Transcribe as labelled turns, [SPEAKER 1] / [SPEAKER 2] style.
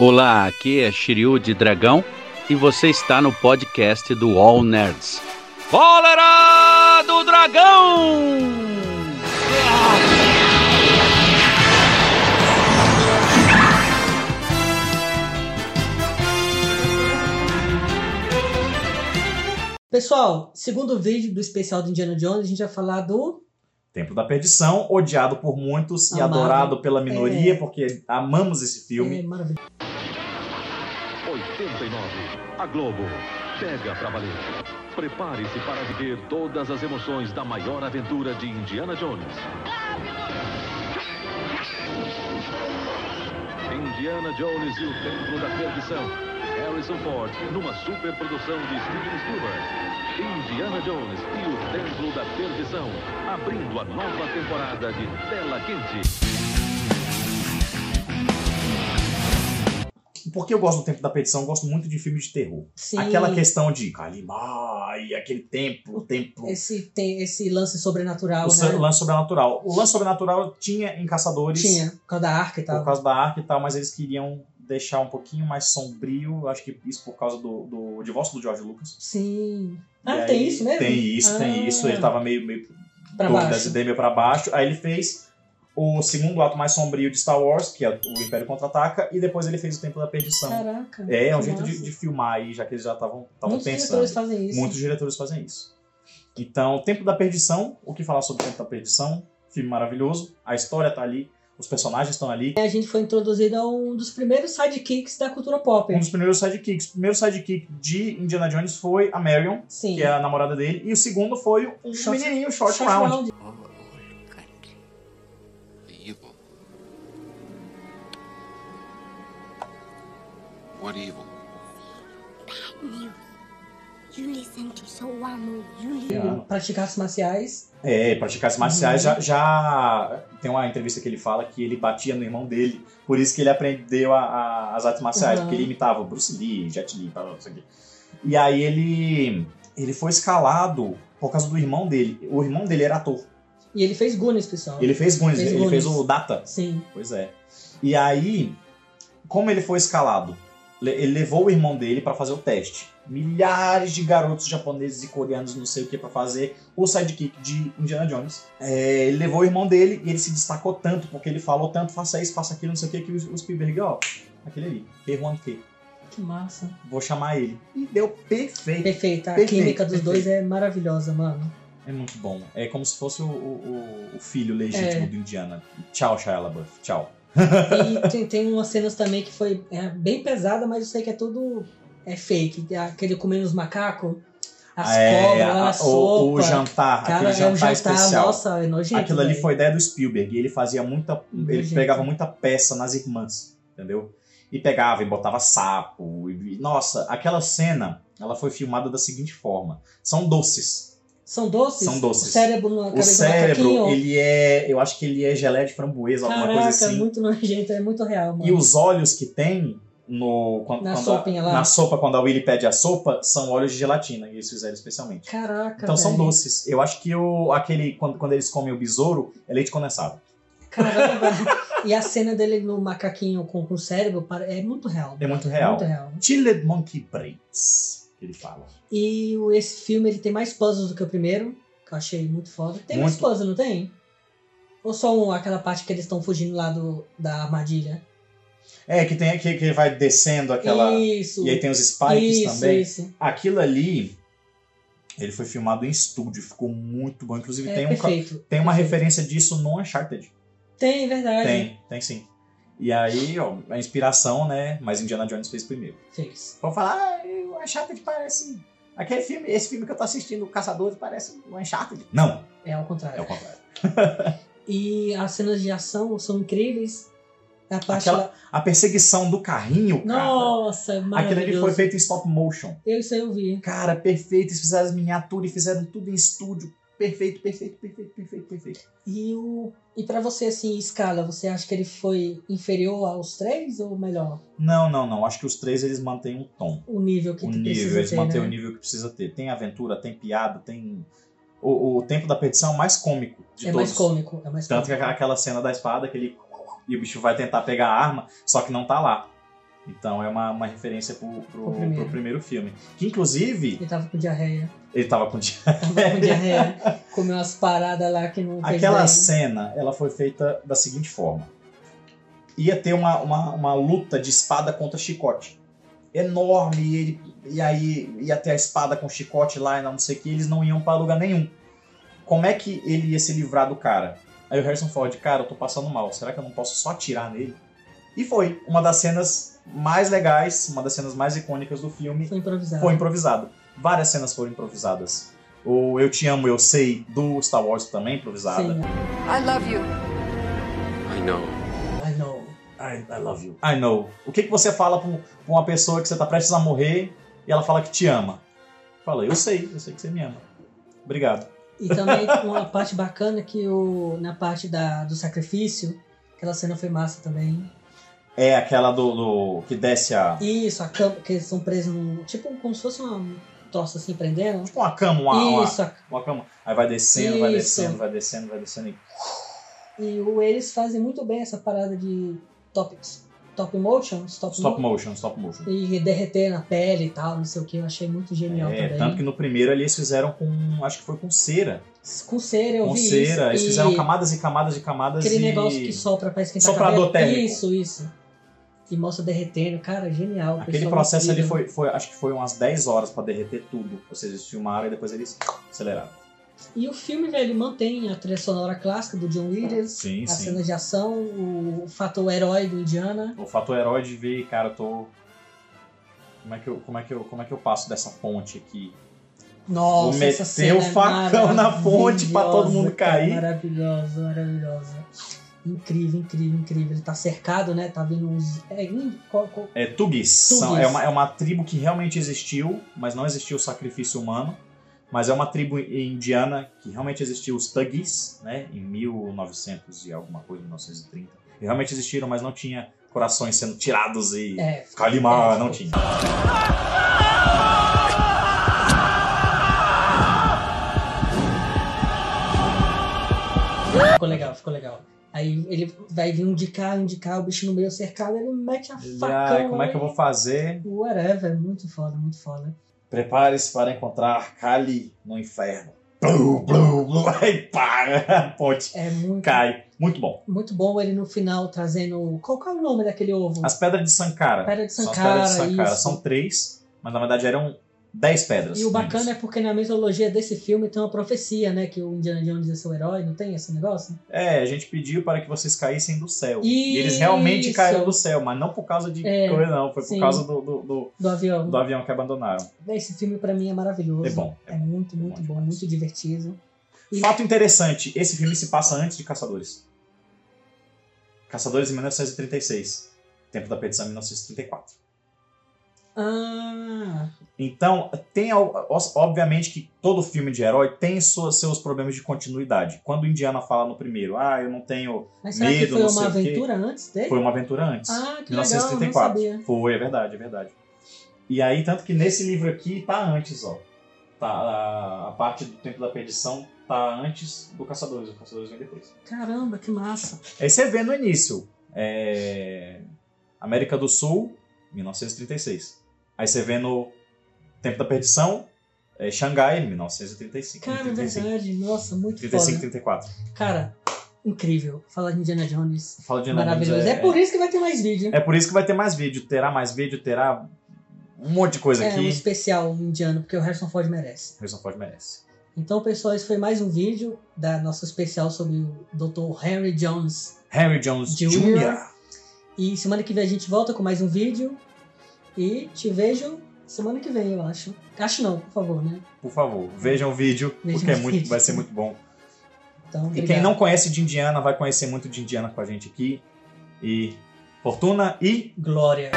[SPEAKER 1] Olá, aqui é Shiryu de Dragão e você está no podcast do All Nerds. Cólera do Dragão!
[SPEAKER 2] Pessoal, segundo vídeo do especial do Indiana Jones, a gente vai falar do.
[SPEAKER 3] Templo da Perdição, odiado por muitos e
[SPEAKER 2] Amado.
[SPEAKER 3] adorado pela minoria,
[SPEAKER 2] É.
[SPEAKER 3] porque amamos esse filme.
[SPEAKER 2] É, maravilhoso.
[SPEAKER 4] 89. A Globo. Pega pra valer. Prepare-se para viver todas as emoções da maior aventura de Indiana Jones. Indiana Jones e o Templo da Perdição. Harrison Ford numa superprodução de Steven Spielberg. Indiana Jones e o Templo da Perdição. Abrindo a nova temporada de Tela Quente.
[SPEAKER 3] Porque eu gosto do Templo da Perdição, eu gosto muito de filmes de terror.
[SPEAKER 2] Sim,
[SPEAKER 3] Aquela questão de Kalimá e aquele templo, o templo.
[SPEAKER 2] Esse, tem, esse lance sobrenatural,
[SPEAKER 3] o san-
[SPEAKER 2] né?
[SPEAKER 3] lance sobrenatural. O lance sobrenatural tinha em Caçadores
[SPEAKER 2] Tinha, tá. por causa da arca e
[SPEAKER 3] por
[SPEAKER 2] tal.
[SPEAKER 3] causa da arca e tal, mas eles queriam deixar um pouquinho mais sombrio. Acho que isso por causa do, do divórcio do George Lucas.
[SPEAKER 2] Sim.
[SPEAKER 3] E
[SPEAKER 2] Ah,
[SPEAKER 3] aí-
[SPEAKER 2] tem isso mesmo?
[SPEAKER 3] Tem isso, tem
[SPEAKER 2] Ah.
[SPEAKER 3] isso. Ele tá tava meio, meio
[SPEAKER 2] Pra
[SPEAKER 3] doido
[SPEAKER 2] baixo.
[SPEAKER 3] das ideias meio pra baixo. Aí ele fez o segundo ato mais sombrio de Star Wars, que é o Império Contra-Ataca, e depois ele fez o Templo da Perdição.
[SPEAKER 2] Caraca.
[SPEAKER 3] é, é um
[SPEAKER 2] que
[SPEAKER 3] jeito de,
[SPEAKER 2] massa.
[SPEAKER 3] de filmar aí, já que eles já estavam
[SPEAKER 2] Muitos
[SPEAKER 3] pensando.
[SPEAKER 2] diretores fazem isso.
[SPEAKER 3] Muitos diretores fazem isso. Então, o Tempo da Perdição, o que falar sobre o Tempo da Perdição? Filme maravilhoso, a história tá ali, os personagens estão ali.
[SPEAKER 2] A gente foi introduzido a um dos primeiros sidekicks da cultura pop.
[SPEAKER 3] Um dos primeiros sidekicks, o primeiro sidekick de Indiana Jones foi a Marion,
[SPEAKER 2] Sim.
[SPEAKER 3] que é a namorada dele, e o segundo foi um
[SPEAKER 2] Short-
[SPEAKER 3] menininho, Short,
[SPEAKER 2] Short
[SPEAKER 3] Round.
[SPEAKER 2] Round.
[SPEAKER 5] our old country. The evil. What evil?
[SPEAKER 6] News. You listen to Sawamu. You listen.
[SPEAKER 3] Yeah.
[SPEAKER 2] Praticar artes marciais.
[SPEAKER 3] É, praticar artes marciais
[SPEAKER 2] Uhum.
[SPEAKER 3] já, já- Tem uma entrevista que ele fala que ele batia no irmão dele, por isso que ele aprendeu a- a- as artes marciais,
[SPEAKER 2] Uhum.
[SPEAKER 3] porque ele imitava Bruce Lee, Jet Li, tal, não sei o quê. E aí ele, ele foi escalado por causa do irmão dele. O irmão dele era ator.
[SPEAKER 2] E ele fez Goonies, pessoal.
[SPEAKER 3] Ele fez Guns,
[SPEAKER 2] Fez
[SPEAKER 3] ele
[SPEAKER 2] Goonies.
[SPEAKER 3] fez o Data.
[SPEAKER 2] Sim.
[SPEAKER 3] Pois é. E aí, como ele foi escalado? Le- Ele levou o irmão dele pra fazer o teste. Milhares de garotos japoneses e coreanos, não sei o que, pra fazer o sidekick de Indiana Jones. É, ele levou o irmão dele e ele se destacou tanto, porque ele falou tanto, faça isso, faça aquilo, não sei o que, que o o Spielberg, ó, aquele ali, P1K,
[SPEAKER 2] Que massa.
[SPEAKER 3] vou chamar ele. E deu perfeito.
[SPEAKER 2] Perfeita. A
[SPEAKER 3] Perfeito,
[SPEAKER 2] química dos
[SPEAKER 3] perfeito.
[SPEAKER 2] dois é maravilhosa, mano.
[SPEAKER 3] É muito bom. É como se fosse o, o- o- o filho legítimo
[SPEAKER 2] É.
[SPEAKER 3] do Indiana. Tchau, Shia LaBeouf, tchau.
[SPEAKER 2] E tem, tem umas cenas também que foi é, bem pesada, mas eu sei que é tudo é fake. Aquele comendo os macacos, as cobras,
[SPEAKER 3] Ah, É, a-
[SPEAKER 2] a,
[SPEAKER 3] o-
[SPEAKER 2] sopa.
[SPEAKER 3] o, jantar,
[SPEAKER 2] cara,
[SPEAKER 3] aquele jantar,
[SPEAKER 2] é um jantar,
[SPEAKER 3] especial.
[SPEAKER 2] nossa, é nojento.
[SPEAKER 3] Aquilo ali
[SPEAKER 2] velho.
[SPEAKER 3] foi ideia do Spielberg. e Ele fazia muita. Ele
[SPEAKER 2] Nojento.
[SPEAKER 3] pegava muita peça nas irmãs, entendeu? E pegava e botava sapo. e- e- nossa, aquela cena ela foi filmada da seguinte forma: são doces.
[SPEAKER 2] São doces?
[SPEAKER 3] São doces.
[SPEAKER 2] O cérebro na
[SPEAKER 3] O
[SPEAKER 2] cabeça do
[SPEAKER 3] cérebro,
[SPEAKER 2] macaquinho.
[SPEAKER 3] ele é. Eu acho que ele é geleia de framboesa, alguma
[SPEAKER 2] Caraca,
[SPEAKER 3] coisa assim.
[SPEAKER 2] muito nojento, é muito real, mano.
[SPEAKER 3] E os olhos que tem no, quando,
[SPEAKER 2] Na
[SPEAKER 3] quando a-
[SPEAKER 2] sopinha lá.
[SPEAKER 3] na sopa, quando a Willy pede a sopa, são olhos de gelatina. E eles fizeram especialmente.
[SPEAKER 2] Caraca,
[SPEAKER 3] Então são
[SPEAKER 2] velho.
[SPEAKER 3] doces. Eu acho que o, aquele, quando, quando eles comem o besouro, é leite condensado.
[SPEAKER 2] Caramba. e a cena dele no macaquinho com, com o cérebro pare- é muito real.
[SPEAKER 3] É muito real.
[SPEAKER 2] Muito real.
[SPEAKER 3] Chilled Monkey Brains, que ele fala.
[SPEAKER 2] E o- esse filme ele tem mais puzzles do que o primeiro, que eu achei muito foda. Tem mais
[SPEAKER 3] Muito.
[SPEAKER 2] puzzles, não tem? Ou só um- aquela parte que eles estão fugindo lá do, da armadilha?
[SPEAKER 3] É, que tem que, que vai descendo aquela.
[SPEAKER 2] Isso.
[SPEAKER 3] E aí tem os spikes
[SPEAKER 2] isso,
[SPEAKER 3] também.
[SPEAKER 2] Isso.
[SPEAKER 3] Aquilo ali, ele foi filmado em estúdio, ficou muito bom. Inclusive,
[SPEAKER 2] É
[SPEAKER 3] tem, um ca-
[SPEAKER 2] perfeito.
[SPEAKER 3] tem uma
[SPEAKER 2] perfeito.
[SPEAKER 3] referência disso no Uncharted.
[SPEAKER 2] Tem, verdade.
[SPEAKER 3] Tem, tem sim. E aí, ó, a inspiração, né? Mas Indiana Jones fez primeiro.
[SPEAKER 2] Fez.
[SPEAKER 3] Vão falar, ah, o Uncharted parece. Aquele filme, esse filme que eu tô assistindo, o Caçadores, parece o Uncharted. Não,
[SPEAKER 2] É ao
[SPEAKER 3] é
[SPEAKER 2] contrário.
[SPEAKER 3] o contrário.
[SPEAKER 2] E as cenas de ação são incríveis. A parte
[SPEAKER 3] Aquela-
[SPEAKER 2] lá...
[SPEAKER 3] A perseguição do carrinho, cara.
[SPEAKER 2] Nossa, é
[SPEAKER 3] Aquilo ali
[SPEAKER 2] maravilhoso.
[SPEAKER 3] foi feito em stop motion.
[SPEAKER 2] Eu isso aí eu vi.
[SPEAKER 3] Cara, perfeito. Eles fizeram as miniaturas e fizeram tudo em estúdio. Perfeito, perfeito, perfeito, perfeito, perfeito.
[SPEAKER 2] E, o... e pra você, assim, em escala, você acha que ele foi inferior aos três ou melhor?
[SPEAKER 3] Não, não, não. Acho que os três eles mantêm um tom.
[SPEAKER 2] O nível que
[SPEAKER 3] o
[SPEAKER 2] tu
[SPEAKER 3] nível,
[SPEAKER 2] precisa
[SPEAKER 3] eles
[SPEAKER 2] ter,
[SPEAKER 3] mantêm
[SPEAKER 2] né?
[SPEAKER 3] o nível que precisa ter. Tem aventura, tem piada, tem. O, o tempo da petição é o mais cômico de
[SPEAKER 2] é
[SPEAKER 3] todos.
[SPEAKER 2] mais cômico. É mais
[SPEAKER 3] Tanto que
[SPEAKER 2] cômico.
[SPEAKER 3] aquela cena da espada que ele. E o bicho vai tentar pegar a arma, só que não tá lá. Então é uma, uma referência pro, pro,
[SPEAKER 2] Pro primeiro.
[SPEAKER 3] pro primeiro filme. Que inclusive,
[SPEAKER 2] Ele tava com diarreia.
[SPEAKER 3] ele tava com
[SPEAKER 2] Tava com diarreia. Comeu umas paradas lá que não fez
[SPEAKER 3] Aquela
[SPEAKER 2] bem.
[SPEAKER 3] cena, ela foi feita da seguinte forma. Ia ter uma, uma, uma luta de espada contra chicote. Enorme, e, ele- e aí ia ter a espada com chicote lá e não sei o que, eles não iam pra lugar nenhum. Como é que ele ia se livrar do cara? Aí o Harrison Ford, cara, eu tô passando mal, será que eu não posso só atirar nele? E foi uma das cenas mais legais, uma das cenas mais icônicas do filme,
[SPEAKER 2] Foi improvisado.
[SPEAKER 3] foi improvisado. Várias cenas foram improvisadas. O Eu Te Amo, Eu Sei, do Star Wars também é improvisada.
[SPEAKER 2] Sim.
[SPEAKER 7] I love you.
[SPEAKER 5] I know.
[SPEAKER 2] I know.
[SPEAKER 3] I, I love you. I know. O que, que você fala pra um- pra uma pessoa que você tá prestes a morrer e ela fala que te ama? Fala, eu sei, eu sei que você me ama. Obrigado.
[SPEAKER 2] E também uma parte bacana que o, na parte da, do sacrifício, aquela cena foi massa também.
[SPEAKER 3] É aquela do, do- que desce a.
[SPEAKER 2] Isso, a cama, que eles são presos num. Tipo, como se fosse uma troça assim prendendo.
[SPEAKER 3] Tipo uma cama, uma, uma-
[SPEAKER 2] Isso, a-
[SPEAKER 3] uma cama. Aí vai descendo, vai
[SPEAKER 2] Isso.
[SPEAKER 3] descendo, vai descendo, vai descendo. e-
[SPEAKER 2] e o, eles fazem muito bem essa parada de top, top motion, stop,
[SPEAKER 3] Stop
[SPEAKER 2] motion.
[SPEAKER 3] motion, stop motion.
[SPEAKER 2] E derreter na pele e tal, não sei o que, eu achei muito genial
[SPEAKER 3] É,
[SPEAKER 2] também.
[SPEAKER 3] tanto que no primeiro ali eles fizeram com. Acho que foi com cera.
[SPEAKER 2] Com cera, eu
[SPEAKER 3] com
[SPEAKER 2] vi
[SPEAKER 3] cera. Eles
[SPEAKER 2] isso. e
[SPEAKER 3] fizeram camadas e camadas e camadas
[SPEAKER 2] Aquele
[SPEAKER 3] e...
[SPEAKER 2] negócio que sopra pra esquentar
[SPEAKER 3] Soprador
[SPEAKER 2] a cabeça.
[SPEAKER 3] térmico.
[SPEAKER 2] Isso, isso. E mostra derretendo. Cara, genial. o
[SPEAKER 3] Aquele
[SPEAKER 2] pessoal
[SPEAKER 3] processo ali
[SPEAKER 2] incrível.
[SPEAKER 3] foi, foi, acho que foi umas 10 horas pra derreter tudo. Ou seja, eles filmaram e depois eles aceleraram.
[SPEAKER 2] E o filme, velho, mantém a trilha sonora clássica do John Williams,
[SPEAKER 3] Sim,
[SPEAKER 2] as cenas de ação, o fator herói do Indiana.
[SPEAKER 3] O fator herói de ver, cara, eu tô. Como é que eu, como é que eu, como é que eu passo dessa ponte aqui?
[SPEAKER 2] Nossa,
[SPEAKER 3] Vou
[SPEAKER 2] essa
[SPEAKER 3] meter
[SPEAKER 2] cena
[SPEAKER 3] o facão
[SPEAKER 2] é
[SPEAKER 3] na fonte pra todo mundo
[SPEAKER 2] maravilhosa, cara,
[SPEAKER 3] cair.
[SPEAKER 2] Maravilhosa, maravilhosa. Incrível, incrível, incrível. Ele tá cercado, né? Tá vindo uns. É, hum, co- co-
[SPEAKER 3] É Tugis. São-
[SPEAKER 2] Tugis.
[SPEAKER 3] É, uma, é uma tribo que realmente existiu, mas não existiu o sacrifício humano. Mas é uma tribo indiana que realmente existiu os Tugis, né? Em 1900 e alguma coisa, 1930. E realmente existiram, mas não tinha corações sendo tirados e.
[SPEAKER 2] é,
[SPEAKER 3] Kalima,
[SPEAKER 2] É.
[SPEAKER 3] não tinha.
[SPEAKER 2] ficou legal, ficou legal. Aí ele vai vir um de cá, um de cá, o bicho no meio cercado, ele mete a
[SPEAKER 3] Ele,
[SPEAKER 2] facão.
[SPEAKER 3] "Ai, como é que eu vou fazer?
[SPEAKER 2] fazer? Whatever, muito foda, muito foda.
[SPEAKER 3] Prepare-se para encontrar Kali no inferno. Blu, blu, blu. Aí para, a ponte
[SPEAKER 2] É muito,
[SPEAKER 3] cai. Muito bom.
[SPEAKER 2] muito bom ele no final trazendo. Qual, qual é o nome daquele ovo?
[SPEAKER 3] As pedras de Sankara.
[SPEAKER 2] Pedra de
[SPEAKER 3] São as
[SPEAKER 2] Sankara,
[SPEAKER 3] pedras de Sankara.
[SPEAKER 2] isso.
[SPEAKER 3] São três, mas na verdade eram dez pedras.
[SPEAKER 2] E o bacana é porque na mitologia desse filme tem uma profecia, né? Que o Indiana Jones é seu herói, não tem esse negócio?
[SPEAKER 3] É, a gente pediu para que vocês caíssem do céu. E eles
[SPEAKER 2] Isso.
[SPEAKER 3] realmente caíram do céu, mas não por causa de
[SPEAKER 2] É,
[SPEAKER 3] coisa, não. Foi
[SPEAKER 2] sim.
[SPEAKER 3] por causa do, do, do-
[SPEAKER 2] Do avião.
[SPEAKER 3] do avião que abandonaram.
[SPEAKER 2] Esse filme pra mim é maravilhoso.
[SPEAKER 3] É bom.
[SPEAKER 2] É muito,
[SPEAKER 3] bom
[SPEAKER 2] muito bom,
[SPEAKER 3] demais.
[SPEAKER 2] muito divertido. E-
[SPEAKER 3] Fato interessante: esse filme se passa antes de Caçadores. Caçadores em 1936. Tempo da petição em 1934.
[SPEAKER 2] Ah,
[SPEAKER 3] Então, tem al- os- obviamente que todo filme de herói tem sua- seus problemas de continuidade. Quando o Indiana fala no primeiro, ah, eu não tenho.
[SPEAKER 2] mas será que
[SPEAKER 3] Medo,
[SPEAKER 2] foi
[SPEAKER 3] não sei
[SPEAKER 2] uma
[SPEAKER 3] o quê.
[SPEAKER 2] aventura antes dele?
[SPEAKER 3] Foi uma aventura antes.
[SPEAKER 2] Ah, que legal, eu não sabia.
[SPEAKER 3] Foi, é verdade, é verdade. E aí, tanto que nesse livro aqui tá antes, ó. Tá, a, a parte do tempo da perdição tá antes do Caçadores. O Caçadores vem depois.
[SPEAKER 2] Caramba, que massa.
[SPEAKER 3] É Aí você vê no início. é, América do Sul, 1936. Aí você vê no Tempo da Perdição, é, Xangai, 1935.
[SPEAKER 2] Cara, é
[SPEAKER 3] 35,
[SPEAKER 2] verdade. Nossa, muito
[SPEAKER 3] 35,
[SPEAKER 2] foda.
[SPEAKER 3] 34.
[SPEAKER 2] Cara, incrível. Falar de Indiana Jones.
[SPEAKER 3] Fala de
[SPEAKER 2] Maravilhoso. É, por isso que vai ter mais vídeo. né?
[SPEAKER 3] é por isso que vai ter mais vídeo. Terá mais vídeo, terá um monte de coisa
[SPEAKER 2] É, um
[SPEAKER 3] aqui.
[SPEAKER 2] especial indiano, porque o Harrison Ford merece.
[SPEAKER 3] Harrison Ford merece.
[SPEAKER 2] Então, pessoal, esse foi mais um vídeo da nossa especial sobre o Dr. Henry Jones.
[SPEAKER 3] Harry Jones Jr.
[SPEAKER 2] Jr. E semana que vem a gente volta com mais um vídeo. E te vejo semana que vem, eu acho. Acho não, por favor, né?
[SPEAKER 3] Por favor, vejam o vídeo,
[SPEAKER 2] Vejam
[SPEAKER 3] porque é
[SPEAKER 2] o
[SPEAKER 3] muito,
[SPEAKER 2] vídeo.
[SPEAKER 3] vai ser muito bom.
[SPEAKER 2] Então,
[SPEAKER 3] E
[SPEAKER 2] obrigado.
[SPEAKER 3] quem não conhece de Indiana vai conhecer muito de Indiana com a gente aqui. E fortuna e
[SPEAKER 2] Glória.